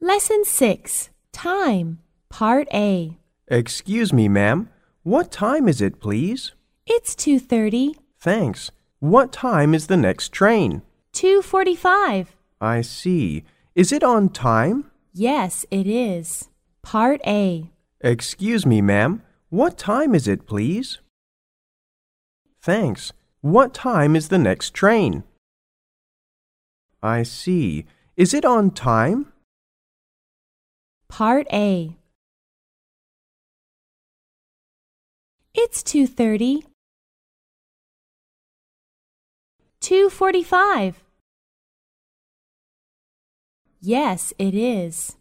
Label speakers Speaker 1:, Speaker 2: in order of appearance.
Speaker 1: Lesson 6 Time, Part A.
Speaker 2: Excuse me, ma'am. What time is it, please?
Speaker 1: It's 2:30,
Speaker 2: Thanks. What time is the next train?
Speaker 1: 2:45.
Speaker 2: I see. Is it on time?
Speaker 1: Yes, it is. Part A.
Speaker 2: Excuse me, ma'am. What time is it, please? Thanks. What time is the next train? I see. Is it on time?
Speaker 1: Part A. It's 2:30. 2:45. Yes, it is.